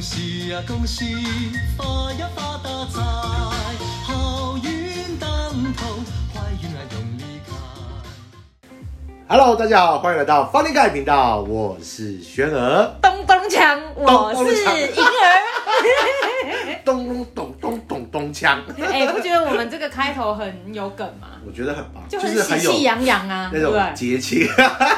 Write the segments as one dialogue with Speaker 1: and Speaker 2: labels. Speaker 1: 喜呀恭喜，发呀发大财，好运当头，坏运来容易开。
Speaker 2: Hello，大家好，欢迎来到方天盖频道，我是轩儿。
Speaker 3: 咚咚锵，我是婴儿。
Speaker 2: 咚咚咚咚咚咚锵，
Speaker 3: 哎、不觉得我们这个开头很有梗吗？
Speaker 2: 我觉得很棒，
Speaker 3: 就很
Speaker 2: 是
Speaker 3: 喜
Speaker 2: 很有
Speaker 3: 气洋洋啊，
Speaker 2: 那
Speaker 3: 对不对？
Speaker 2: 种节气。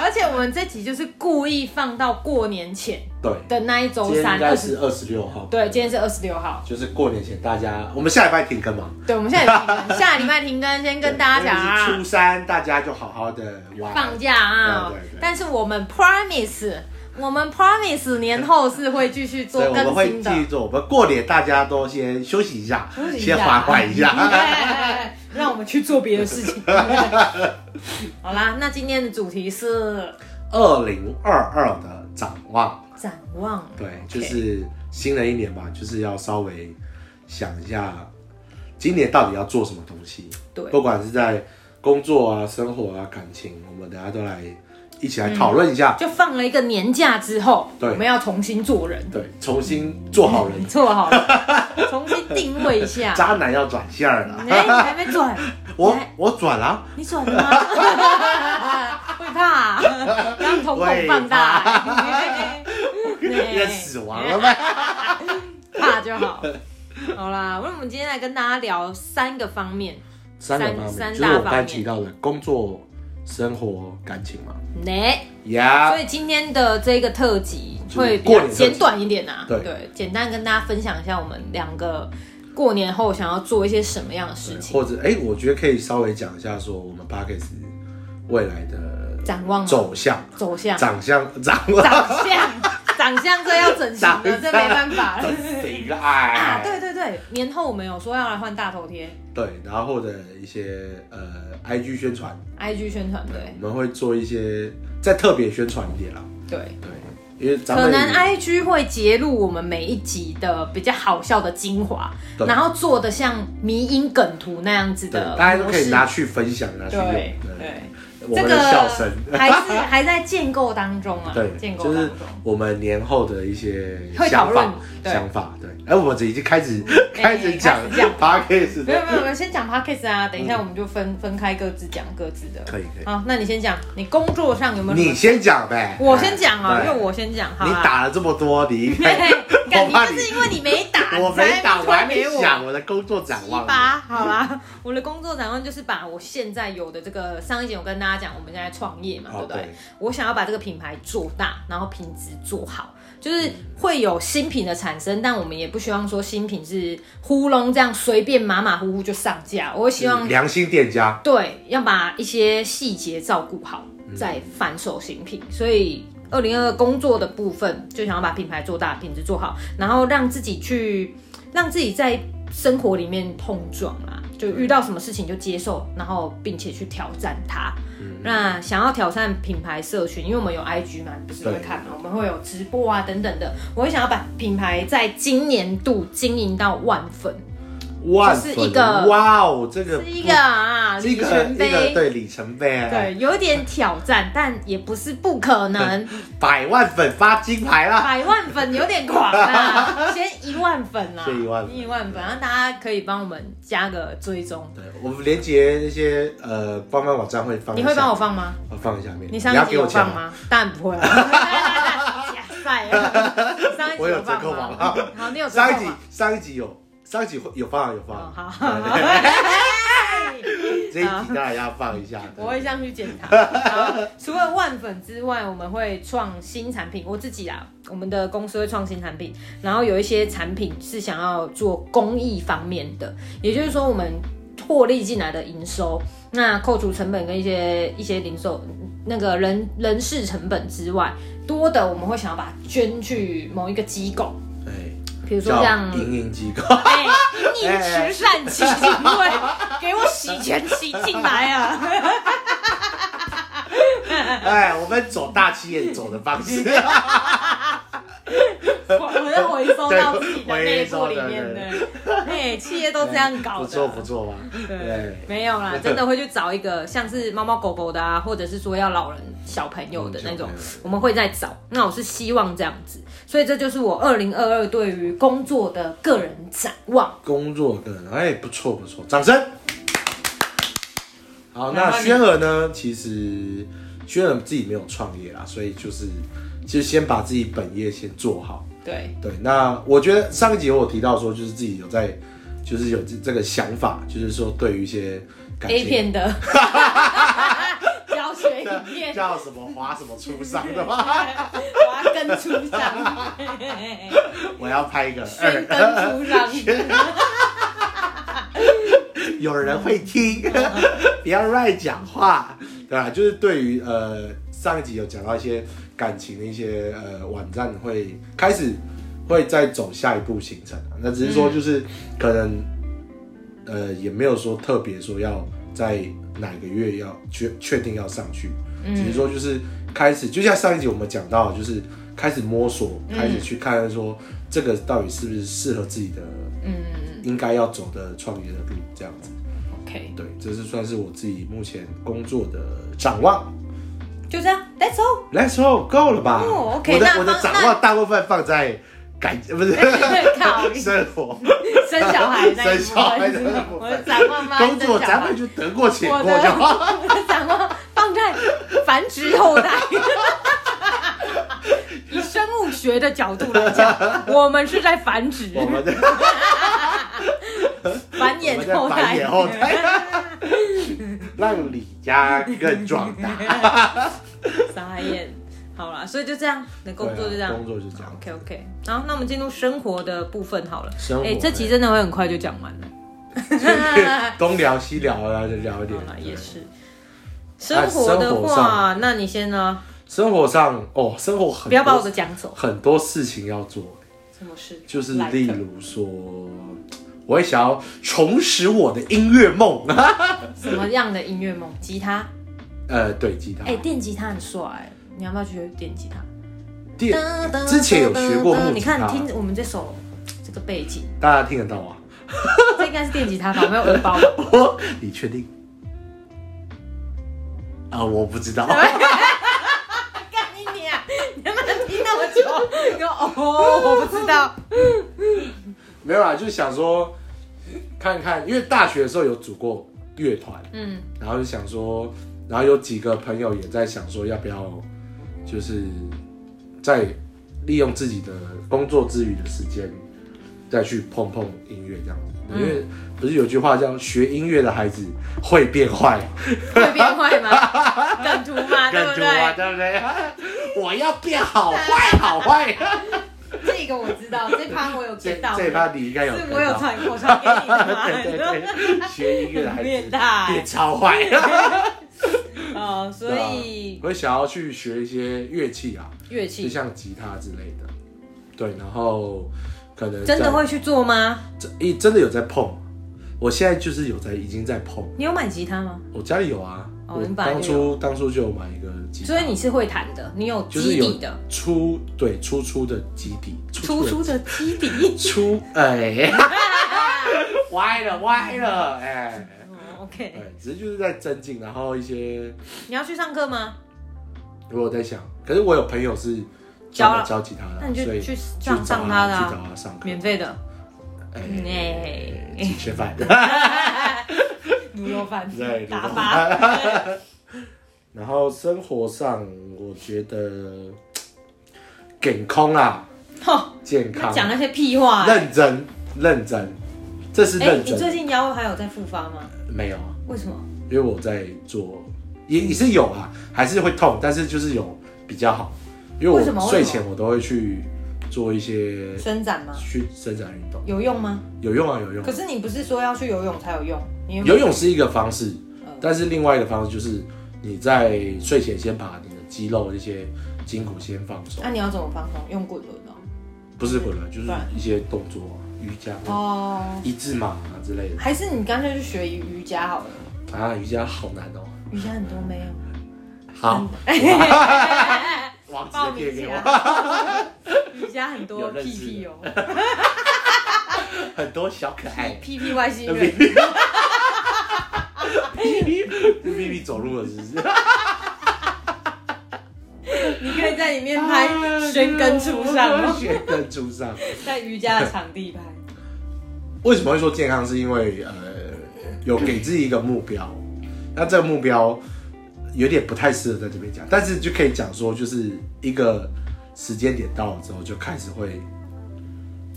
Speaker 3: 而且我们这集就是故意放到过年前
Speaker 2: 对，
Speaker 3: 的那一周
Speaker 2: 今天应
Speaker 3: 三，
Speaker 2: 该
Speaker 3: 二十
Speaker 2: 是二十六号，
Speaker 3: 对，今天是二十六号。
Speaker 2: 就是过年前，大家我们下礼拜停更嘛。
Speaker 3: 对，我们下礼拜停更下礼拜停更，先跟大家讲
Speaker 2: 因为是
Speaker 3: 啊
Speaker 2: 初，三大家就好好的玩，
Speaker 3: 放假啊
Speaker 2: 对对对。
Speaker 3: 但是我们 promise，我们 promise 年后是会继续做
Speaker 2: 所以我们
Speaker 3: 更
Speaker 2: 会
Speaker 3: 新
Speaker 2: 继
Speaker 3: 的。
Speaker 2: 续做。我们过年大家都先休息一下，
Speaker 3: 休息一下
Speaker 2: 先缓缓一
Speaker 3: 哎
Speaker 2: 下。
Speaker 3: 哎哎哎让我们去做别的 事情。好啦，那今天的主题是
Speaker 2: 二零二二的展望。
Speaker 3: 展望。
Speaker 2: 对，
Speaker 3: OK
Speaker 2: 就是新的一年吧，就是要稍微想一下，今年到底要做什么东西。
Speaker 3: 对
Speaker 2: 不管是在工作啊、生活啊、感情，我们等下都来一起来讨论一下。
Speaker 3: 就放了一个年假之后，
Speaker 2: 对
Speaker 3: 我们要重新做人，
Speaker 2: 对，重新做好人
Speaker 3: 没，错好了，重新定位一 下。
Speaker 2: 渣男要转线儿了。
Speaker 3: 哎，你还没转，
Speaker 2: 我
Speaker 3: 你还
Speaker 2: 我转了、
Speaker 3: 你转了吗？会怕，让瞳孔放 大，
Speaker 2: 要死亡了呗。
Speaker 3: 怕就好。好啦，那我们今天来跟大家聊三个方面。
Speaker 2: 三个方面，就
Speaker 3: 三三
Speaker 2: 是
Speaker 3: 大
Speaker 2: 我
Speaker 3: 方
Speaker 2: 刚才
Speaker 3: 面
Speaker 2: 提到的工作、生活、感情嘛。
Speaker 3: 来。
Speaker 2: 呀、
Speaker 3: 所以今天的这个特辑会比
Speaker 2: 啊过年
Speaker 3: 较
Speaker 2: 特辑
Speaker 3: 简短一点啊，
Speaker 2: 对
Speaker 3: 简单跟大家分享一下我们两个过年后想要做一些什么样的事情，
Speaker 2: 或者哎、我觉得可以稍微讲一下说我们 p a c k e s 未来的
Speaker 3: 展望吗
Speaker 2: 走向。
Speaker 3: 走向、
Speaker 2: 长相 长
Speaker 3: 长 相、长相，这要整形
Speaker 2: 长
Speaker 3: 的，这没办法了
Speaker 2: 整形
Speaker 3: 啊！
Speaker 2: 啊
Speaker 3: 对对对，年后我们有说要来换大头贴
Speaker 2: 对，然后的一些呃 IG 宣传，
Speaker 3: ，IG 宣传对
Speaker 2: 我们会做一些再特别宣传一点啦。
Speaker 3: 对，
Speaker 2: 对，因为咱
Speaker 3: 可
Speaker 2: 们
Speaker 3: 能 IG 会揭露我们每一集的比较好笑的精华，
Speaker 2: 对
Speaker 3: 然后做的像迷因梗图那样子
Speaker 2: 对
Speaker 3: 的，
Speaker 2: 大家都可
Speaker 3: 模
Speaker 2: 以
Speaker 3: 式
Speaker 2: 拿去分享，拿去用。
Speaker 3: 对
Speaker 2: 对，
Speaker 3: 对。
Speaker 2: 我们的笑声。
Speaker 3: 还是还在建构当中啊，
Speaker 2: 对，
Speaker 3: 建构
Speaker 2: 就
Speaker 3: 当
Speaker 2: 是
Speaker 3: 中。
Speaker 2: 我们年后的一些
Speaker 3: 会
Speaker 2: 想
Speaker 3: 讨论
Speaker 2: 法、
Speaker 3: 对哎
Speaker 2: 想法。对，哎，我们已经开 始开始讲
Speaker 3: 开始讲
Speaker 2: p a c k a g e
Speaker 3: 没有
Speaker 2: 的，
Speaker 3: 没有，没有，先讲 podcast 啊，等一下我们就分分开各自讲各自的。
Speaker 2: 可以可以
Speaker 3: 好，那你先讲，你工作上有没有？
Speaker 2: 你，先讲呗。
Speaker 3: 我先讲啊，
Speaker 2: 对
Speaker 3: 因为我 先讲，好
Speaker 2: 你
Speaker 3: 啦。
Speaker 2: 打了这么多，你应
Speaker 3: 嘿
Speaker 2: 该
Speaker 3: 嘿，
Speaker 2: 我
Speaker 3: 感
Speaker 2: 怕
Speaker 3: 觉
Speaker 2: 你
Speaker 3: 就是因为你没打，
Speaker 2: 我没打，我还没
Speaker 3: 想。
Speaker 2: 想我的工作展
Speaker 3: 七
Speaker 2: 望。
Speaker 3: 八，好啦， 我的工作展望就是把我现在有的这个上一集我跟大家讲，我们现在创业嘛，对
Speaker 2: 哦
Speaker 3: 不对？
Speaker 2: 对，
Speaker 3: 我想要把这个品牌做大，然后品质做好，就是会有新品的产生，但我们也不希望说新品是糊弄这样随便马马虎虎就上架，我会希望
Speaker 2: 良心店家，
Speaker 3: 对要把一些细节照顾好，
Speaker 2: 嗯
Speaker 3: 再反手新品，所以。二零二工作的部分，就想要把品牌做大，品质做好，然后让自己去，让自己在生活里面碰撞啦，就遇到什么事情就接受，然后并且去挑战它。
Speaker 2: 嗯
Speaker 3: 那想要挑战品牌社群，因为我们有 IG 嘛，不是会看嘛，我们会有直播啊等等的。我会想要把品牌在今年度经营到万粉，
Speaker 2: 哇，
Speaker 3: 是一个
Speaker 2: 哇哦，这个
Speaker 3: 是一个啊
Speaker 2: 不是一
Speaker 3: 里
Speaker 2: 个
Speaker 3: 程
Speaker 2: 一个
Speaker 3: 碑，
Speaker 2: 对里程碑啊，
Speaker 3: 对，有点挑战，但也不是不 可能。
Speaker 2: 百万粉发金牌啦，
Speaker 3: 百万粉有点 狂啦，先一万粉啦，
Speaker 2: 先一万粉
Speaker 3: 一万粉，让大家可以帮我们加个追踪。
Speaker 2: 对，我们连接那些呃官方网站会放，
Speaker 3: 你会帮我？放吗？
Speaker 2: 我放在下面，
Speaker 3: 你上
Speaker 2: 要
Speaker 3: 一集
Speaker 2: 给我
Speaker 3: 有
Speaker 2: 钱
Speaker 3: 放？吗？当 然不会啊。假赛啊！上一集
Speaker 2: 我有折
Speaker 3: 放
Speaker 2: 扣
Speaker 3: 吗？
Speaker 2: 吗？
Speaker 3: 好，你有折
Speaker 2: 上一
Speaker 3: 扣
Speaker 2: 集
Speaker 3: 吗？
Speaker 2: 上一集有上一集会有放有
Speaker 3: 哦
Speaker 2: 放，
Speaker 3: 好，
Speaker 2: 对对这一集当然要放一下。
Speaker 3: 我会上去检查。好除了万粉之外，我们会创新产品。我自己啦，我们的公司会创新产品，然后有一些产品是想要做公益方面的，也就是说我们获利进来的营收，那扣除成本跟一些一些零售那个人人事成本之外，多的我们会想要把它捐去某一个机构，
Speaker 2: 对，
Speaker 3: 比如说
Speaker 2: 叫
Speaker 3: 像
Speaker 2: 营营机构，
Speaker 3: 哎，你慈善基金会，给我洗钱洗进来啊！
Speaker 2: 哎，我们走大企业走的方式，
Speaker 3: 我们回收到自己的
Speaker 2: 对
Speaker 3: 内部里面的，哎，企业都这样搞的，
Speaker 2: 不错不错吧？对，
Speaker 3: 没有 啦，真的会去找一个像是猫猫狗狗的啊，或者是说要老人小朋友的那种
Speaker 2: 嗯小朋友，
Speaker 3: 我们会再找。那我是希望这样子，所以这就是我二零二二对于工作的个人展望。
Speaker 2: 工作个人，哎，不错不错，掌声。好，那
Speaker 3: 然后你
Speaker 2: 轩儿呢？其实轩儿自己没有创业啦，所以就是就先把自己本业先做好。
Speaker 3: 对，
Speaker 2: 对，那我觉得上一集我有提到说，就是自己有在，就是有这这个想法，就是说对于一些感
Speaker 3: A
Speaker 2: 情
Speaker 3: 片的教学影 片，
Speaker 2: 叫什么划什么出伤的 吗？
Speaker 3: 我要跟出上，
Speaker 2: 我要拍一个
Speaker 3: 宣
Speaker 2: 二，
Speaker 3: 跟出
Speaker 2: 哎
Speaker 3: 上。
Speaker 2: 有人会听，不要乱讲话，对吧？就是对于呃上一集有讲到一些感情的一些呃网站会开始会再走下一步行程、啊，那只是说就是可能、呃也没有说特别说要在哪个月要确确定要上去，只是说就是开始，就像上一集我们讲到，就是开始摸索，开始去看说这个到底是不是适合自己的，嗯，应该要走的创业的路这样子。
Speaker 3: OK，
Speaker 2: 对，这是算是我自己目前工作的展望。
Speaker 3: 就这样，Let's go。
Speaker 2: Let's go，够了吧？
Speaker 3: 哦，OK，
Speaker 2: 我的
Speaker 3: 那
Speaker 2: 我的
Speaker 3: 那
Speaker 2: 展望大部分放在感，不 是
Speaker 3: 靠
Speaker 2: 生 活、
Speaker 3: 生小孩那一
Speaker 2: 生
Speaker 3: 部
Speaker 2: 小孩
Speaker 3: 分
Speaker 2: 的
Speaker 3: 是
Speaker 2: 那
Speaker 3: 吗，
Speaker 2: 部
Speaker 3: 我的
Speaker 2: 分
Speaker 3: 展望吗？
Speaker 2: 工作，
Speaker 3: 生小
Speaker 2: 咱
Speaker 3: 孩
Speaker 2: 们就得过且
Speaker 3: 我
Speaker 2: 过
Speaker 3: 的
Speaker 2: 就 好。
Speaker 3: 我的展望放在繁殖后 代。以生物学的角度来讲，我们是在繁殖、
Speaker 2: 我们的
Speaker 3: 繁
Speaker 2: 我们
Speaker 3: 衍
Speaker 2: 在
Speaker 3: 后
Speaker 2: 繁
Speaker 3: 代。
Speaker 2: 衍后代， 让李家更壮大。
Speaker 3: 傻眼。好啦，所以就这样，你 的工作就这样。
Speaker 2: 对啊工作就这样
Speaker 3: OK OK，好，那我们进入生活的部分好了。
Speaker 2: 生活
Speaker 3: 哎、这集真的会很快就讲完了。
Speaker 2: 东聊西聊啊，就聊一点
Speaker 3: 好。啦，
Speaker 2: 对
Speaker 3: 也是。生活的
Speaker 2: 哎生活
Speaker 3: 话，
Speaker 2: 上
Speaker 3: 那你先呢？
Speaker 2: 生活上哦，生活很多
Speaker 3: 不要把我的讲走。
Speaker 2: 很多事情要做，
Speaker 3: 什么事？
Speaker 2: 就是
Speaker 3: 来
Speaker 2: 例
Speaker 3: 客
Speaker 2: 如说，我也想要重拾我的音乐梦。
Speaker 3: 什么样的音乐梦？吉他？
Speaker 2: 呃，对，吉他。
Speaker 3: 哎、电吉他很帅、你要不要去电吉他？
Speaker 2: 电
Speaker 3: 嗯
Speaker 2: 之前有学过木
Speaker 3: 你
Speaker 2: 吉
Speaker 3: 看，
Speaker 2: 他，
Speaker 3: 听我们这首这个背景，
Speaker 2: 大家听得到吗？
Speaker 3: 这应该是电吉他吧？没有耳包吧？
Speaker 2: 我，你确定？啊、我不知道。
Speaker 3: 干你娘！你能不能听那么久？你说 哦，我不知道。
Speaker 2: 没有啦，就想说看看，因为大学的时候有组过乐团，
Speaker 3: 嗯，
Speaker 2: 然后就想说，然后有几个朋友也在想说要不要，就是在利用自己的工作之余的时间，再去碰碰音乐这样子。
Speaker 3: 嗯
Speaker 2: 因为不是有句话叫“学音乐的孩子会变坏
Speaker 3: 会变 坏吗？梗图”，嘛，对
Speaker 2: 更
Speaker 3: 不
Speaker 2: 多啊，
Speaker 3: 对？
Speaker 2: 对不对？ 我要变好坏，好 坏。
Speaker 3: 这个我知道，这趴我有
Speaker 2: 这
Speaker 3: 接到，
Speaker 2: 这一趴你应该有
Speaker 3: 是
Speaker 2: 跟
Speaker 3: 我有
Speaker 2: 到。
Speaker 3: 传，我传给你的 嘛。
Speaker 2: 对对对，学音乐的孩子
Speaker 3: 变 态
Speaker 2: 变超坏。
Speaker 3: 哦，所
Speaker 2: 对啊
Speaker 3: 以
Speaker 2: 我想要去学一些乐器啊，
Speaker 3: 乐
Speaker 2: 就
Speaker 3: 器
Speaker 2: 像吉他之类的。对，然后可能
Speaker 3: 真
Speaker 2: 在
Speaker 3: 的会去做吗？
Speaker 2: 真一真的有在碰。我现在就是有在已经在碰，
Speaker 3: 你有买吉他吗？
Speaker 2: 我家里有啊，
Speaker 3: 哦
Speaker 2: 我
Speaker 3: 你本来
Speaker 2: 当
Speaker 3: 就
Speaker 2: 初当初就有买一个吉他，
Speaker 3: 所以你是会弹的，你有
Speaker 2: 就是
Speaker 3: 基
Speaker 2: 有
Speaker 3: 底的，
Speaker 2: 初对初初的基底，
Speaker 3: 出
Speaker 2: 初
Speaker 3: 出的基底。
Speaker 2: 初哎，歪了歪了哎，
Speaker 3: 哦 OK，
Speaker 2: 对，只是就是在增进，然后一些
Speaker 3: 你要去上课吗？
Speaker 2: 我有在想，可是我有朋友是
Speaker 3: 教
Speaker 2: 专门
Speaker 3: 了
Speaker 2: 教吉他的啊，
Speaker 3: 那你就
Speaker 2: 所以
Speaker 3: 去
Speaker 2: 去
Speaker 3: 上
Speaker 2: 找
Speaker 3: 上他的啊
Speaker 2: 去找他上课，
Speaker 3: 免费的
Speaker 2: 哎，
Speaker 3: 哎
Speaker 2: 哎请吃饭，
Speaker 3: 卤肉 饭
Speaker 2: 对，
Speaker 3: 打
Speaker 2: 然后
Speaker 3: 发。
Speaker 2: 然后生活上，我觉得呃健康啦，
Speaker 3: 吼
Speaker 2: 健
Speaker 3: 他
Speaker 2: 康，
Speaker 3: 讲哦那些屁话、欸。
Speaker 2: 认真，认真，这是
Speaker 3: 哎、
Speaker 2: 认
Speaker 3: 你
Speaker 2: 真。
Speaker 3: 最近腰还有在复发吗？
Speaker 2: 没有啊，
Speaker 3: 为什么？
Speaker 2: 因为我在做，也也是有啊，还是会痛，但是就是有比较好，因为
Speaker 3: 为什么
Speaker 2: 我
Speaker 3: 为
Speaker 2: 睡
Speaker 3: 什么
Speaker 2: 前我都会去做一些
Speaker 3: 伸展吗？
Speaker 2: 去伸展运动，
Speaker 3: 有用吗？
Speaker 2: 有用啊，有用
Speaker 3: 可。是你不是说要去游泳才有用？你有
Speaker 2: 游泳是一个方式
Speaker 3: 嗯，
Speaker 2: 但是另外一个方式就是你在睡前先把你的肌肉这些筋骨先放松
Speaker 3: 那、，你要怎么放松？用滚轮哦。
Speaker 2: 不是滚轮，就是
Speaker 3: 哎对
Speaker 2: 一些动作啊，瑜伽啊、
Speaker 3: 哦，
Speaker 2: 一字马啊之类的。
Speaker 3: 还是你干脆去学瑜伽好了。
Speaker 2: 啊，瑜伽好难哦。
Speaker 3: 瑜伽很多没有。
Speaker 2: 好，
Speaker 3: 哎
Speaker 2: 网址
Speaker 3: 报
Speaker 2: 再
Speaker 3: 名
Speaker 2: 贴
Speaker 3: 起
Speaker 2: 给
Speaker 3: 来
Speaker 2: 我。
Speaker 3: 瑜伽很多
Speaker 2: 有认
Speaker 3: 屁
Speaker 2: 识
Speaker 3: 屁哦，
Speaker 2: 很多小可 爱。
Speaker 3: 屁屁外星
Speaker 2: 那
Speaker 3: 人
Speaker 2: B。B，是 B B 走路了，是不是？
Speaker 3: 你可以在里面拍
Speaker 2: 啊
Speaker 3: 宣根出上吗？
Speaker 2: 宣根出上。
Speaker 3: 在瑜伽的场地拍。
Speaker 2: 为什么会说健康？是因为呃，有给自己一个目标，那这个目标有点不太适合在这边讲，但是就可以讲说，就是一个时间点到了之后，就开始会，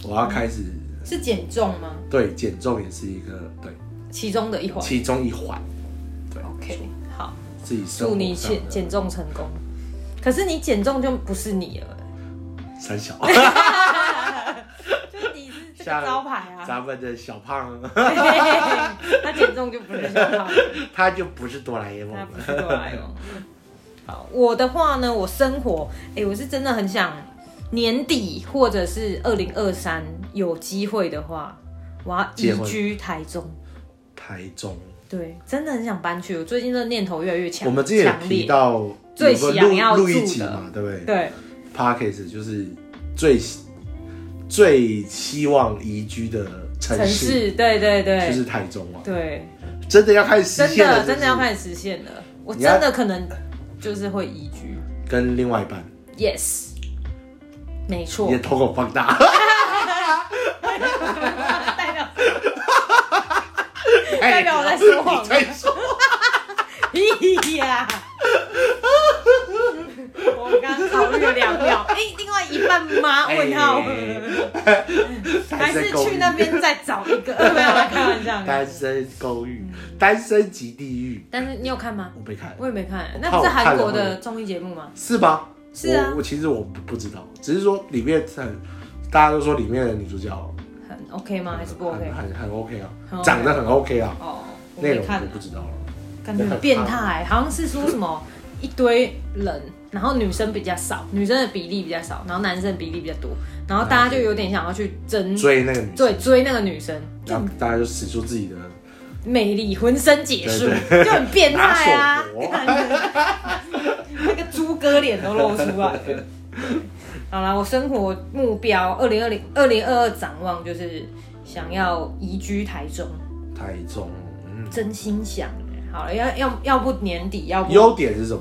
Speaker 2: 我要开始
Speaker 3: 是减重吗？
Speaker 2: 对减重也是一个对
Speaker 3: 其中的一环。
Speaker 2: 其中一环，对
Speaker 3: OK，好，
Speaker 2: 自己生活
Speaker 3: 祝你
Speaker 2: 上
Speaker 3: 减
Speaker 2: 的
Speaker 3: 减重成功。可是你减重就不是你了，
Speaker 2: 三小，
Speaker 3: 就你是这
Speaker 2: 像
Speaker 3: 个招牌啊。
Speaker 2: 咱们的小胖，
Speaker 3: 他减重就不是小胖，
Speaker 2: 他就不是哆啦 A 梦
Speaker 3: 他
Speaker 2: 了
Speaker 3: 不，是哆啦 A 梦。 好，我的话呢，我生活，哎、我是真的很想年底或者是二零二三有机会的话，我要
Speaker 2: 结
Speaker 3: 移
Speaker 2: 婚
Speaker 3: 居台中。
Speaker 2: 台中。
Speaker 3: 对，真的很想搬去。我最近这念头越来越强，
Speaker 2: 我们之前有
Speaker 3: 强
Speaker 2: 提
Speaker 3: 烈。
Speaker 2: 到
Speaker 3: 最
Speaker 2: 有个
Speaker 3: 想要
Speaker 2: 录录一
Speaker 3: 住
Speaker 2: 集
Speaker 3: 的
Speaker 2: 嘛，对不对？
Speaker 3: 对，
Speaker 2: p a c k e t 就是最最希望宜居的城
Speaker 3: 城
Speaker 2: 市，
Speaker 3: 市，对对对，
Speaker 2: 就是台中啊！
Speaker 3: 对，
Speaker 2: 真的要开始实
Speaker 3: 真
Speaker 2: 现了，
Speaker 3: 的真的要
Speaker 2: 始
Speaker 3: 开始实现了。我
Speaker 2: 你要
Speaker 3: 真的可能就是会移居
Speaker 2: 跟另外一半，
Speaker 3: ，yes，没错
Speaker 2: 你的，瞳孔放大，
Speaker 3: 代表
Speaker 2: 代
Speaker 3: 表我在说 谎
Speaker 2: 在说
Speaker 3: 屁呀！我刚考虑了两 秒，哎、另外一半吗？问号，
Speaker 2: 哎
Speaker 3: 还是去那边再找 一个？没有啦， 开玩笑。
Speaker 2: 单身公寓，单身即地狱，
Speaker 3: 但是你有看吗
Speaker 2: 我？没看，
Speaker 3: 我也没看，那
Speaker 2: 怕我
Speaker 3: 不是韩国
Speaker 2: 看了
Speaker 3: 的
Speaker 2: 会
Speaker 3: 综艺节目吗？
Speaker 2: 是吧？
Speaker 3: 是啊
Speaker 2: 我我其实我不不知道，只是说里面很，大家都说里面的女主角
Speaker 3: 很 OK 嗯吗？还是不 OK？
Speaker 2: 很很很 OK 啊，
Speaker 3: 很 OK
Speaker 2: 长得很 OK 啊，
Speaker 3: 哦，我
Speaker 2: 内
Speaker 3: 没
Speaker 2: 容
Speaker 3: 看
Speaker 2: 我
Speaker 3: 啊
Speaker 2: 不知道了。
Speaker 3: 感觉很变态、好像是说什么一堆人，然后女生比较少，女生的比例比较少，然后男生的比例比较多，然后大家就有点想要去争，
Speaker 2: 追那个女生，
Speaker 3: 对，追那个女生，
Speaker 2: 然后大家就使出自己的
Speaker 3: 魅力浑身解数，
Speaker 2: 对
Speaker 3: 就很变态啊
Speaker 2: 拿手！活
Speaker 3: 看那个猪哥脸都露出来了。对好啦，我生活目标二零二零二零二二展望就是想要移居台中，
Speaker 2: 台中。嗯，
Speaker 3: 真心想欸。好了，要要要不年底，要不
Speaker 2: 优点是什么？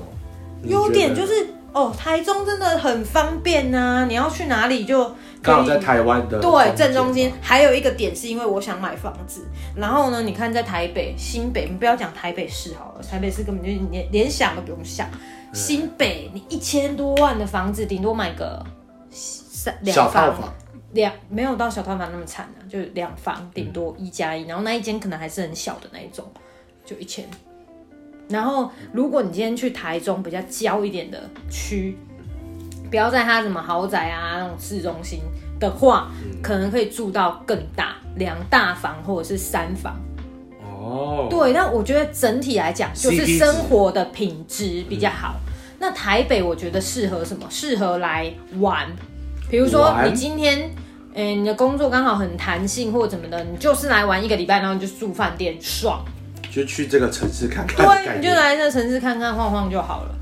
Speaker 2: 你觉得
Speaker 3: 优点就是哦，台中真的很方便呐、你要去哪里就可以
Speaker 2: 刚好在台湾的
Speaker 3: 对正中间。还有一个点是因为我想买房子，然后呢，你看在台北、新北，你不要讲台北市好了，台北市根本就你连连想都不用想。
Speaker 2: 嗯
Speaker 3: 新北你一千多万的房子，顶多买个三
Speaker 2: 小
Speaker 3: 两
Speaker 2: 套
Speaker 3: 房。
Speaker 2: 房，
Speaker 3: 两没有到小套房那么惨啊，就是两房顶多一加一，然后那一间可能还是很小的那一种，就一千。然后如果你今天去台中比较郊一点的区，不要在它什么豪宅啊那种市中心的话，可能可以住到更大两大房或者是三房。
Speaker 2: 哦，，
Speaker 3: 对，但我觉得整体来讲，就是
Speaker 2: CP 值嗯
Speaker 3: 生活的品质比较好。那台北我觉得适合什么？适合来玩，比如说
Speaker 2: 玩
Speaker 3: 你今天。哎、你的工作刚好很弹性或怎么的，你就是来玩一个礼拜，然后你就住饭店，爽。
Speaker 2: 就去这个城市看看的概
Speaker 3: 对，
Speaker 2: 念。
Speaker 3: 你就来这个城市看看晃晃就好了。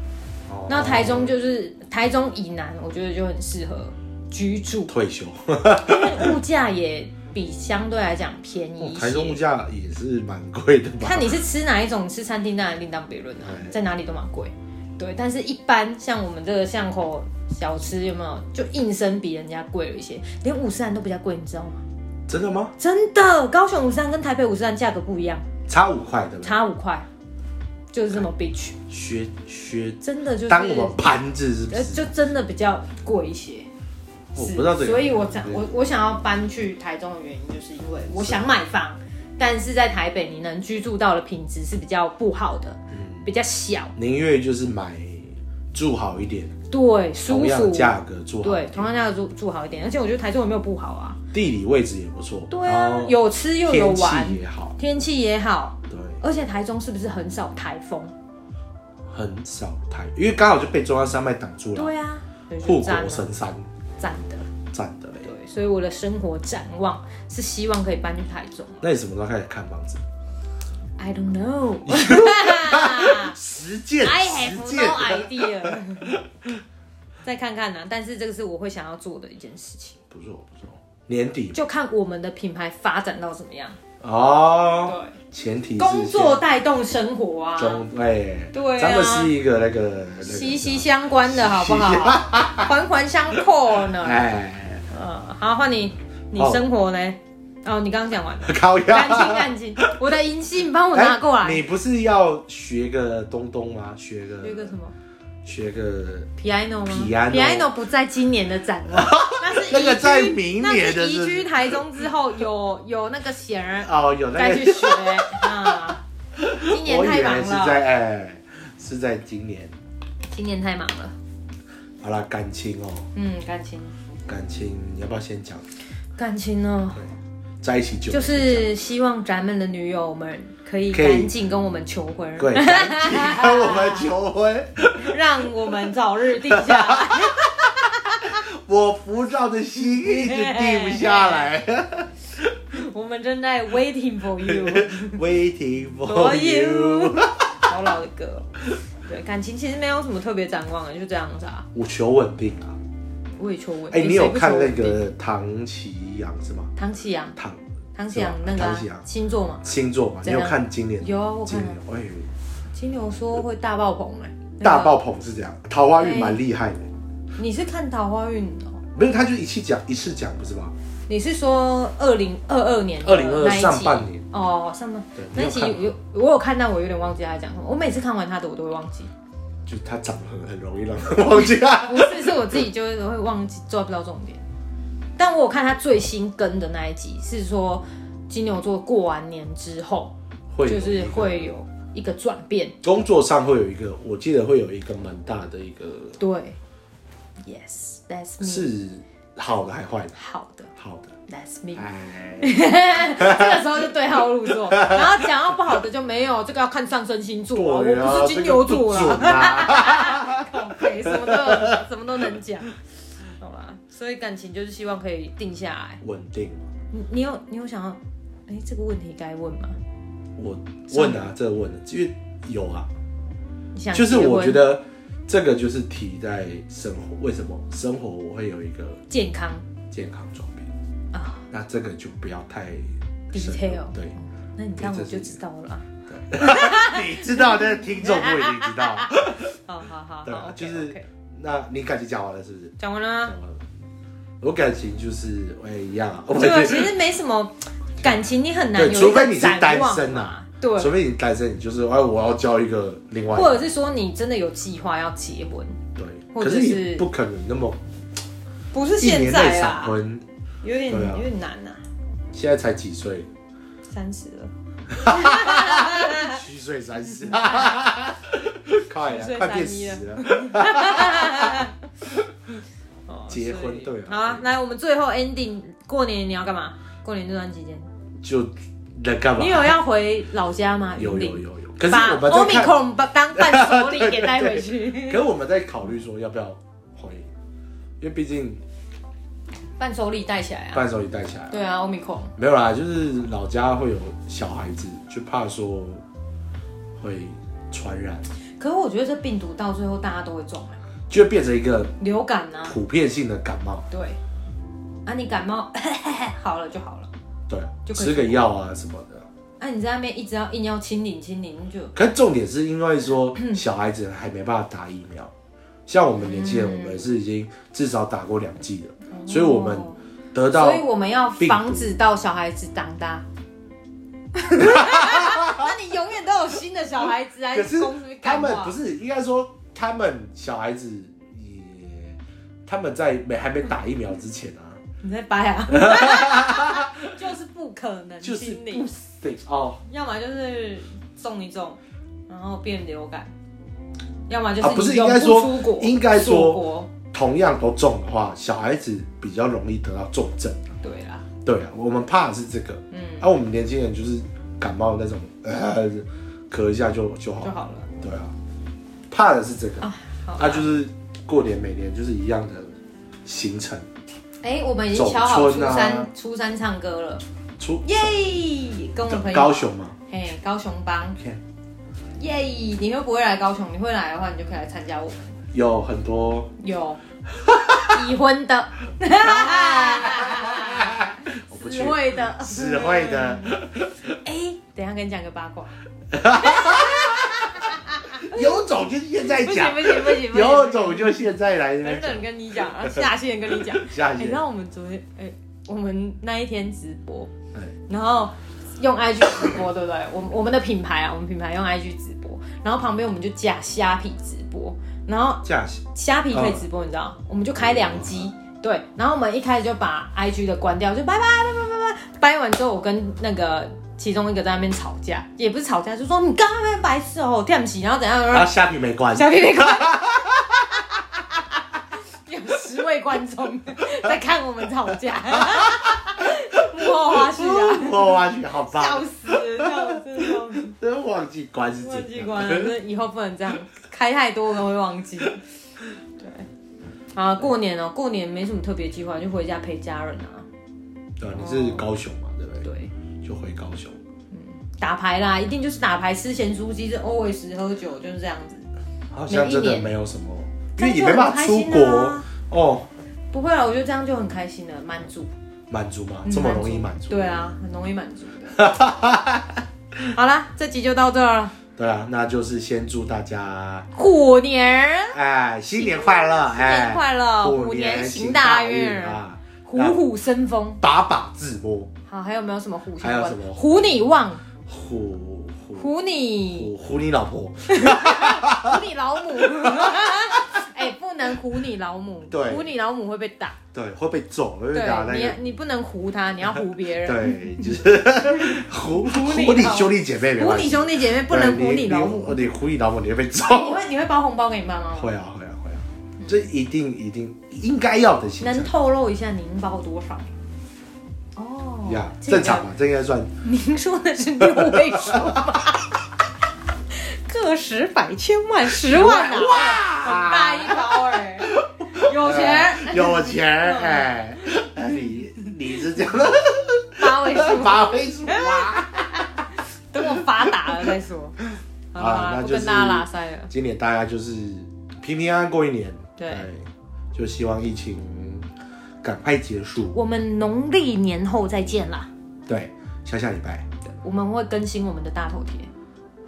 Speaker 2: 哦
Speaker 3: 那台中就是台中以南，我觉得就很适合居住，
Speaker 2: 退休，
Speaker 3: 因为物价也比相对来讲便宜一些。
Speaker 2: 哦台中物价也是蛮贵的吧？
Speaker 3: 看你是吃哪一种，吃餐厅当然另当别论啊，
Speaker 2: 对
Speaker 3: 在哪里都蛮贵。对，但是一般像我们这个巷口小吃有没有，就硬生比人家贵了一些，连五十兰都比较贵，你知道吗？
Speaker 2: 真的吗？
Speaker 3: 真的，高雄五十兰跟台北五十兰价格不一样，
Speaker 2: 差五块对不对？
Speaker 3: 差五块，就是这么 bitch，
Speaker 2: 学学，
Speaker 3: 真的就是，
Speaker 2: 当我们盘子是不
Speaker 3: 呃，
Speaker 2: 是
Speaker 3: 就？真的比较贵一些。
Speaker 2: 我
Speaker 3: 是
Speaker 2: 不知道这个，
Speaker 3: 所以我想我我想要搬去台中的原因，就是因为我想买房，但是在台北你能居住到的品质是比较不好的，
Speaker 2: 嗯
Speaker 3: 比较小，
Speaker 2: 宁愿就是买住好一点，
Speaker 3: 对，舒
Speaker 2: 同样的
Speaker 3: 服，
Speaker 2: 价格住好一
Speaker 3: 对，
Speaker 2: 点，
Speaker 3: 同样价格住住好一点，而且我觉得台中也没有不好啊，
Speaker 2: 地理位置也不错，
Speaker 3: 对
Speaker 2: 然
Speaker 3: 啊，
Speaker 2: 后
Speaker 3: 有吃又有
Speaker 2: 天
Speaker 3: 玩，
Speaker 2: 气也好，
Speaker 3: 天气也好，
Speaker 2: 对，
Speaker 3: 而且台中是不是很少台风？
Speaker 2: 很少台，因为刚好就被中央山脉挡住了，
Speaker 3: 对啊，对
Speaker 2: 护
Speaker 3: 就赞
Speaker 2: 国
Speaker 3: 啊
Speaker 2: 神山
Speaker 3: 赞的，
Speaker 2: 站的嘞。
Speaker 3: 对，所以我的生活展望是希望可以搬去台中。
Speaker 2: 那你什么时候开始看房子？
Speaker 3: I don't know 。
Speaker 2: 实践
Speaker 3: I
Speaker 2: 实
Speaker 3: have
Speaker 2: 践
Speaker 3: no idea。 再看看呢、但是这个是我会想要做的一件事情，
Speaker 2: 不错不错，年底
Speaker 3: 就看我们的品牌发展到怎么样。
Speaker 2: 哦，
Speaker 3: 对，
Speaker 2: 前提是
Speaker 3: 工作带动生活
Speaker 2: 先
Speaker 3: 啊，
Speaker 2: 中哎，
Speaker 3: 对啊
Speaker 2: 咱们是一个那个那个
Speaker 3: 息息相关的好不 好？环环相扣呢。
Speaker 2: 哎，
Speaker 3: 嗯，好，换你，你
Speaker 2: 哦
Speaker 3: 生活呢？哦，你刚刚 讲完了。
Speaker 2: 高压
Speaker 3: 感情感情，我的银杏帮我拿过
Speaker 2: 哎
Speaker 3: 来。
Speaker 2: 你不是要学个东东吗？学个
Speaker 3: 有一个什么
Speaker 2: 学个
Speaker 3: piano 吗
Speaker 2: Piano
Speaker 3: 不在今年的展 望，那是
Speaker 2: 那个
Speaker 3: 移居
Speaker 2: 在明年
Speaker 3: 那
Speaker 2: 的
Speaker 3: 是移
Speaker 2: 是
Speaker 3: 居台中之后有有那个弦儿
Speaker 2: 哦，有 那
Speaker 3: 该
Speaker 2: 个
Speaker 3: 去学啊。今年
Speaker 2: 我以
Speaker 3: 太
Speaker 2: 为
Speaker 3: 忙
Speaker 2: 是
Speaker 3: 了，
Speaker 2: 在哎，是在今年。
Speaker 3: 今年太忙了。
Speaker 2: 好啦，感情哦，
Speaker 3: 嗯，感情
Speaker 2: 感情你要不要先讲？
Speaker 3: 感情呢，
Speaker 2: 在一起久了
Speaker 3: 就是希望咱们的女友们可以
Speaker 2: 可以
Speaker 3: 赶紧跟我们求婚，
Speaker 2: 对，赶紧跟我们求婚，
Speaker 3: 让我们早日定下 来。
Speaker 2: 我浮躁的心一直定不下 来。
Speaker 3: 我们正在 waiting for you。
Speaker 2: Waiting
Speaker 3: 所
Speaker 2: for
Speaker 3: 有
Speaker 2: you，
Speaker 3: 好老的歌。哦对，感情其实没有什么特别展望的，就这样子啊。
Speaker 2: 我求稳定啊！
Speaker 3: 我也求稳
Speaker 2: 哎、
Speaker 3: 定
Speaker 2: 你
Speaker 3: 谁
Speaker 2: 有
Speaker 3: 不
Speaker 2: 看
Speaker 3: 求
Speaker 2: 那
Speaker 3: 稳定
Speaker 2: 个唐奇阳是吗？
Speaker 3: 唐启阳？
Speaker 2: 唐
Speaker 3: 唐启阳
Speaker 2: 是吧
Speaker 3: 那个
Speaker 2: 唐启
Speaker 3: 啊
Speaker 2: 阳
Speaker 3: 星座嘛？
Speaker 2: 星座嘛？你
Speaker 3: 怎
Speaker 2: 有
Speaker 3: 样
Speaker 2: 看今年？
Speaker 3: 有啊，我
Speaker 2: 今
Speaker 3: 看
Speaker 2: 年
Speaker 3: 了。
Speaker 2: 哎、
Speaker 3: 金牛说会大爆棚哎，那个啊
Speaker 2: 大爆棚是这样，桃花运蛮厉害的。
Speaker 3: 你是看桃花运哦？
Speaker 2: 没有，他就一次讲一次讲，不是吗？
Speaker 3: 你是说二零二二年的
Speaker 2: 2022
Speaker 3: 那一集
Speaker 2: 上半年
Speaker 3: 哦，上半
Speaker 2: 对
Speaker 3: 那一集
Speaker 2: 你有看
Speaker 3: 有我有看，但我有点忘记他讲什么。我每次看完他的我都会忘记，
Speaker 2: 就他长得很很容易让人忘记啊。
Speaker 3: 不是是我自己就是会忘记抓不到重点。但我有看他最新更的那一集，是说金牛座过完年之后，
Speaker 2: 会有
Speaker 3: 就是
Speaker 2: 一个
Speaker 3: 会有一个转变。
Speaker 2: 工作上会有一个，我记得会有一个蛮大的一个，
Speaker 3: 对，Yes, that's me。
Speaker 2: 是好的还是坏的？
Speaker 3: 好的
Speaker 2: 好的，
Speaker 3: ，That's me。
Speaker 2: 哎，
Speaker 3: 这个时候就对号入座，然后讲到不好的就没有，这个要看上升星座啊，
Speaker 2: 对啊
Speaker 3: 我不是金牛座
Speaker 2: 这个不准
Speaker 3: 啦。靠北什么都什么都能讲，好啦。所以感情就是希望可以定下来。
Speaker 2: 稳定嘛。
Speaker 3: 你你有你有想要？哎、这个问题该问吗？
Speaker 2: 我问啊，这个问的，因为有啊，
Speaker 3: 你 想
Speaker 2: 就是
Speaker 3: 结
Speaker 2: 我
Speaker 3: 婚
Speaker 2: 觉得这个就是体在生活，为什么生活我会有一个
Speaker 3: 健康
Speaker 2: 健康转变？
Speaker 3: 啊
Speaker 2: 那这个就不要太深入
Speaker 3: detail，
Speaker 2: 对，
Speaker 3: 那你这样
Speaker 2: 这
Speaker 3: 我
Speaker 2: 是
Speaker 3: 就知道了啊。
Speaker 2: 你 知道，但是听众不一定知道。
Speaker 3: 好好好
Speaker 2: 对啊
Speaker 3: 好，
Speaker 2: 就是
Speaker 3: OK，OK
Speaker 2: 那你感情讲完了是不是？
Speaker 3: 讲完了
Speaker 2: 讲
Speaker 3: 吗。
Speaker 2: 完了。我感情就是我也一样啊，
Speaker 3: 对啊，
Speaker 2: 我
Speaker 3: 其实没什么感情，你很难有
Speaker 2: 对，
Speaker 3: 一
Speaker 2: 除
Speaker 3: 个
Speaker 2: 非你是
Speaker 3: 展
Speaker 2: 单
Speaker 3: 望
Speaker 2: 身
Speaker 3: 嘛
Speaker 2: 啊，
Speaker 3: 对，
Speaker 2: 除非你单身，你就是哎，我要交一个另外一
Speaker 3: 或者
Speaker 2: 个，
Speaker 3: 是说你真的有计划要结婚，
Speaker 2: 对，
Speaker 3: 或
Speaker 2: 可
Speaker 3: 者
Speaker 2: 是你
Speaker 3: 是
Speaker 2: 不可能那么
Speaker 3: 不是
Speaker 2: 一
Speaker 3: 现
Speaker 2: 年内
Speaker 3: 在啊
Speaker 2: 闪
Speaker 3: 啦，
Speaker 2: 婚，
Speaker 3: 有点
Speaker 2: 对啊
Speaker 3: 有点难呐、
Speaker 2: 现在才几 岁？
Speaker 3: 三十了，
Speaker 2: 虚岁三十，快啊
Speaker 3: 虚岁
Speaker 2: 了，快变
Speaker 3: 三一
Speaker 2: 十了。
Speaker 3: 哦
Speaker 2: 结婚
Speaker 3: 所以
Speaker 2: 对啊
Speaker 3: 好啊，来我们最后 ending，过年你要干嘛？过年这段期间，
Speaker 2: 啊就能干嘛
Speaker 3: 你？有要回老家吗？
Speaker 2: 有
Speaker 3: 云林
Speaker 2: 有，有有，可是
Speaker 3: 把
Speaker 2: 我们在看，
Speaker 3: Omicron 把当伴手礼给带 回
Speaker 2: 可
Speaker 3: 去，
Speaker 2: 是我们在考虑说要不要回，因为毕竟
Speaker 3: 伴手礼带起来啊。
Speaker 2: 伴手礼带起来啊，
Speaker 3: 对啊，Omicron
Speaker 2: 没有啦，就是老家会有小孩子，就怕说会传染，
Speaker 3: 可是我觉得这病毒到最后大家都会中、啊，
Speaker 2: 就会变成一个
Speaker 3: 流感啊，
Speaker 2: 普遍性的感冒。
Speaker 3: 对，啊你感冒 好了就好了，
Speaker 2: 对啊，
Speaker 3: 就可以
Speaker 2: 吃个药啊什么的。
Speaker 3: 啊你在那边一直要硬要清零清零就
Speaker 2: 可是重点是因为说小孩子还没办法打疫苗，像我们年轻人，我们是已经至少打过两剂了，所以我们
Speaker 3: 哦
Speaker 2: 得到
Speaker 3: 所以我们要防止到小孩子长 大。那你永远都有新的小孩子啊！
Speaker 2: 可是
Speaker 3: 你公司
Speaker 2: 他
Speaker 3: 干嘛
Speaker 2: 们不是应该说他们小孩子也，他们在没还没打疫苗之前啊，
Speaker 3: 你在掰啊？ 就是不可能
Speaker 2: 就是
Speaker 3: 心灵
Speaker 2: 不，对哦
Speaker 3: 要么就是中一中，然后变流感，要么就
Speaker 2: 啊不是
Speaker 3: 你永
Speaker 2: 应该说
Speaker 3: 出国，
Speaker 2: 应该说
Speaker 3: 锁国
Speaker 2: 同样都中的话，小孩子比较容易得到重症啊。
Speaker 3: 对啦，
Speaker 2: 对啊，我们怕的是这个，
Speaker 3: 嗯，
Speaker 2: 而、我们年轻人就是感冒那种，呃，咳一下就就好
Speaker 3: 就
Speaker 2: 了。
Speaker 3: 好了
Speaker 2: 对啊，怕的是这个，
Speaker 3: 啊。好
Speaker 2: 啊，
Speaker 3: 啦，
Speaker 2: 就是过年每年就是一样的行程，
Speaker 3: 哎，我们已经瞧好
Speaker 2: 走
Speaker 3: 初
Speaker 2: 春啊
Speaker 3: 三初三唱歌了，
Speaker 2: 出
Speaker 3: 耶！跟我朋友
Speaker 2: 高，雄嘛，
Speaker 3: 嘿，高雄帮。
Speaker 2: 你看
Speaker 3: 耶你又不会来高雄，你会来的话，你就可以来参加我们。
Speaker 2: 有很多
Speaker 3: 有已 婚的，
Speaker 2: 我不去
Speaker 3: 死，会的。
Speaker 2: 只会的，
Speaker 3: 哎、等一下跟你讲个八卦，
Speaker 2: 有种就现在
Speaker 3: 不行
Speaker 2: 哎讲
Speaker 3: 不，行不行不
Speaker 2: 有
Speaker 3: 行，
Speaker 2: 种就现在来那边
Speaker 3: 等等
Speaker 2: 讲。
Speaker 3: 跟你讲， 啊，下线跟你讲。哎
Speaker 2: 下
Speaker 3: 你
Speaker 2: 一
Speaker 3: 知
Speaker 2: 节，
Speaker 3: 道我们昨天，哎、我们那一天直播，
Speaker 2: 哎
Speaker 3: 然后用 IG 直播，对不对？我们我们的品牌啊，我们品牌用 IG 直播，然后旁边我们就架虾皮直播，然后
Speaker 2: 下一
Speaker 3: 虾皮可以直播，你知道，我们就开两机。对，然后我们一开始就把 IG 的关掉，就拜拜拜拜拜拜。掰完之后，我跟那个其中一个在那边吵架，也不是吵架，就说你刚刚那边白痴哦，跳不起，然后怎样？
Speaker 2: 然后啊下皮没关，
Speaker 3: 小屁屁快！有十位观众在看我们吵架， 幕后花絮啊，
Speaker 2: 我挖去，好
Speaker 3: 笑
Speaker 2: 棒，
Speaker 3: 死，笑死，笑死！
Speaker 2: 真忘记关是
Speaker 3: 忘记
Speaker 2: 怎
Speaker 3: 关
Speaker 2: 样。
Speaker 3: 了，这以后不能这样，开太多了会忘记。对，啊，过年哦、过年没什么特别计划，就回家陪家人啊。
Speaker 2: 对，你是高雄嘛，对不哦对？
Speaker 3: 对，
Speaker 2: 就回高雄。
Speaker 3: 打牌啦，一定就是打牌、吃咸酥鸡，这 always 喝酒就是这样子。
Speaker 2: 好像真的没有什么，因为你
Speaker 3: 这样
Speaker 2: 没
Speaker 3: 就很
Speaker 2: 办
Speaker 3: 开
Speaker 2: 法出
Speaker 3: 心
Speaker 2: 国
Speaker 3: 啊。
Speaker 2: 哦，
Speaker 3: 不会啊，我觉得这样就很开心了，满足。
Speaker 2: 满足嘛，
Speaker 3: 嗯
Speaker 2: 这么容易满足？
Speaker 3: 对，啊，很容易满足的。好啦，这集就到这儿了，
Speaker 2: 对啊，那就是先祝大家
Speaker 3: 虎年
Speaker 2: 哎新年快乐，
Speaker 3: 新
Speaker 2: 哎
Speaker 3: 年快乐，虎
Speaker 2: 虎
Speaker 3: 年
Speaker 2: 年
Speaker 3: 行
Speaker 2: 行
Speaker 3: 大
Speaker 2: 大
Speaker 3: 运
Speaker 2: 运，啊，
Speaker 3: 虎虎生风。
Speaker 2: 把把自摸，
Speaker 3: 好，还有没有什么虎相
Speaker 2: 还有
Speaker 3: 关
Speaker 2: 什么
Speaker 3: 虎你旺，
Speaker 2: 虎虎
Speaker 3: 虎你，
Speaker 2: 虎虎你老婆，
Speaker 3: 虎你老母。 哎，不能虎你老母，
Speaker 2: 对
Speaker 3: 虎你老母会被打。
Speaker 2: 对，会被揍，会被
Speaker 3: 对
Speaker 2: 打那个。
Speaker 3: 你，你不能唬他，你要唬别人。
Speaker 2: 对，就是 虎
Speaker 3: 你
Speaker 2: 虎你
Speaker 3: 老
Speaker 2: 兄弟姐妹没
Speaker 3: 唬
Speaker 2: 关
Speaker 3: 你
Speaker 2: 系，
Speaker 3: 兄弟姐妹，不能
Speaker 2: 对
Speaker 3: 唬你老母。
Speaker 2: 你虎你老母你会被 揍，
Speaker 3: 哎你会你会包红包给你爸妈吗？
Speaker 2: 会啊会啊会啊，这一定一定应该要的行程
Speaker 3: 能透露一下您包多少？哦
Speaker 2: 呀，
Speaker 3: 这个
Speaker 2: 正常嘛，这应该算
Speaker 3: 您说的是六位数吗？ 个十百千万十万啊！哇，很大一包哎、有钱
Speaker 2: 有钱哎，你你是这样
Speaker 3: 八位数，
Speaker 2: 八位数 啊？
Speaker 3: 等我发达了再 说。好了，好
Speaker 2: 啊
Speaker 3: 了
Speaker 2: 那
Speaker 3: 不
Speaker 2: 就是
Speaker 3: 跟大家拉塞了。
Speaker 2: 今年大家就是平平安安过一年，
Speaker 3: 对
Speaker 2: 哎，就希望疫情赶快结束，
Speaker 3: 我们农历年后再见啦，
Speaker 2: 对，下下礼拜
Speaker 3: 我们会更新我们的大头贴。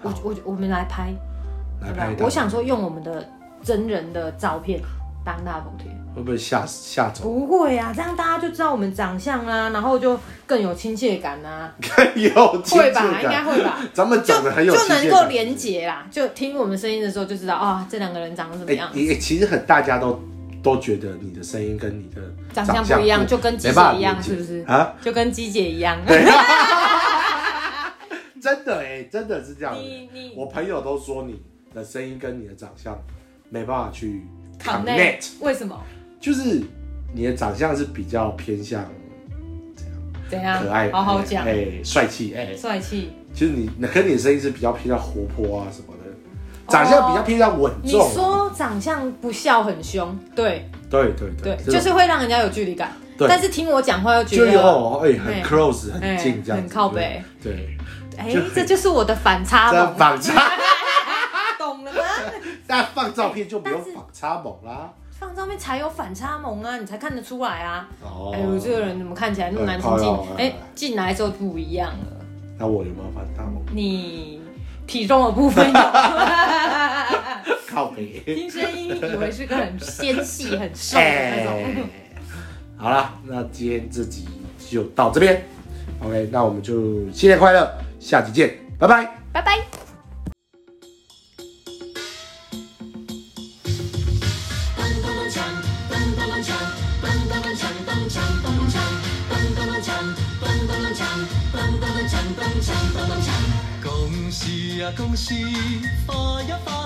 Speaker 3: 我我我们来拍，
Speaker 2: 来拍一
Speaker 3: 我
Speaker 2: 档，
Speaker 3: 想说用我们的真人的照片当大头贴。
Speaker 2: 会不会吓吓走？
Speaker 3: 不会啊，这样大家就知道我们长相啦，然后就更有亲切感啊啦、
Speaker 2: 有亲
Speaker 3: 会
Speaker 2: 切
Speaker 3: 吧，应该
Speaker 2: 感，
Speaker 3: 会吧。
Speaker 2: 咱们
Speaker 3: 就
Speaker 2: 长得很有
Speaker 3: 就
Speaker 2: 亲
Speaker 3: 能
Speaker 2: 切
Speaker 3: 够
Speaker 2: 感。
Speaker 3: 连结啦，就听我们声音的时候就知道啊、这两个人长得怎么
Speaker 2: 哎
Speaker 3: 样，，
Speaker 2: 你其实很大家都都觉得你的声音跟你的
Speaker 3: 长相不一样，就跟鸡
Speaker 2: 没办
Speaker 3: 姐
Speaker 2: 法
Speaker 3: 一样，
Speaker 2: 连接
Speaker 3: 是不是？
Speaker 2: 啊？
Speaker 3: 就跟鸡姐一样。
Speaker 2: 真的哎，真的是这样的。
Speaker 3: 你你
Speaker 2: 我朋友都说你的声音跟你的长相没办法去
Speaker 3: connect 为什么？
Speaker 2: 就是你的长相是比较偏向
Speaker 3: 怎样？
Speaker 2: 可爱，
Speaker 3: 啊好好讲
Speaker 2: 哎，，哎帅气，哎，
Speaker 3: 帅气。
Speaker 2: 就是你，可你的声音是比较偏向活泼啊什么的，长相比较偏向稳
Speaker 3: 哦你
Speaker 2: 重啊。
Speaker 3: 说长相不笑很凶，对
Speaker 2: 对对
Speaker 3: 对，
Speaker 2: 这
Speaker 3: 就
Speaker 2: 种
Speaker 3: 是会让人家有距离感。
Speaker 2: 对
Speaker 3: 但是听我讲话又觉
Speaker 2: 就有
Speaker 3: 得，
Speaker 2: 哎
Speaker 3: 哎
Speaker 2: 很 close 很近这样子，
Speaker 3: 很靠北。
Speaker 2: 对，
Speaker 3: 哎
Speaker 2: 就，
Speaker 3: 这就是我的 反差
Speaker 2: 这
Speaker 3: 萌。啊
Speaker 2: 反差，
Speaker 3: 懂了吗？
Speaker 2: 那放照片就不用
Speaker 3: 但是
Speaker 2: 反差萌啦。
Speaker 3: 放照片才有反差萌啊，你才看得出来啊。
Speaker 2: 哦，
Speaker 3: 哎，我这个人怎么看起来那么难亲
Speaker 2: 哎
Speaker 3: 近
Speaker 2: 靠腰？哎
Speaker 3: 哎，进来之后不一样了。
Speaker 2: 那我有没有反差萌？
Speaker 3: 你体重的部分 有，
Speaker 2: 靠 北。哎
Speaker 3: 听声音以为是个很纤细、很瘦的那
Speaker 2: 哎
Speaker 3: 种。，
Speaker 2: 好了，那今天这集就到这边。OK，那我们就新年快乐，下集见，拜拜。
Speaker 3: 拜拜。
Speaker 1: 共事啊共事，化一化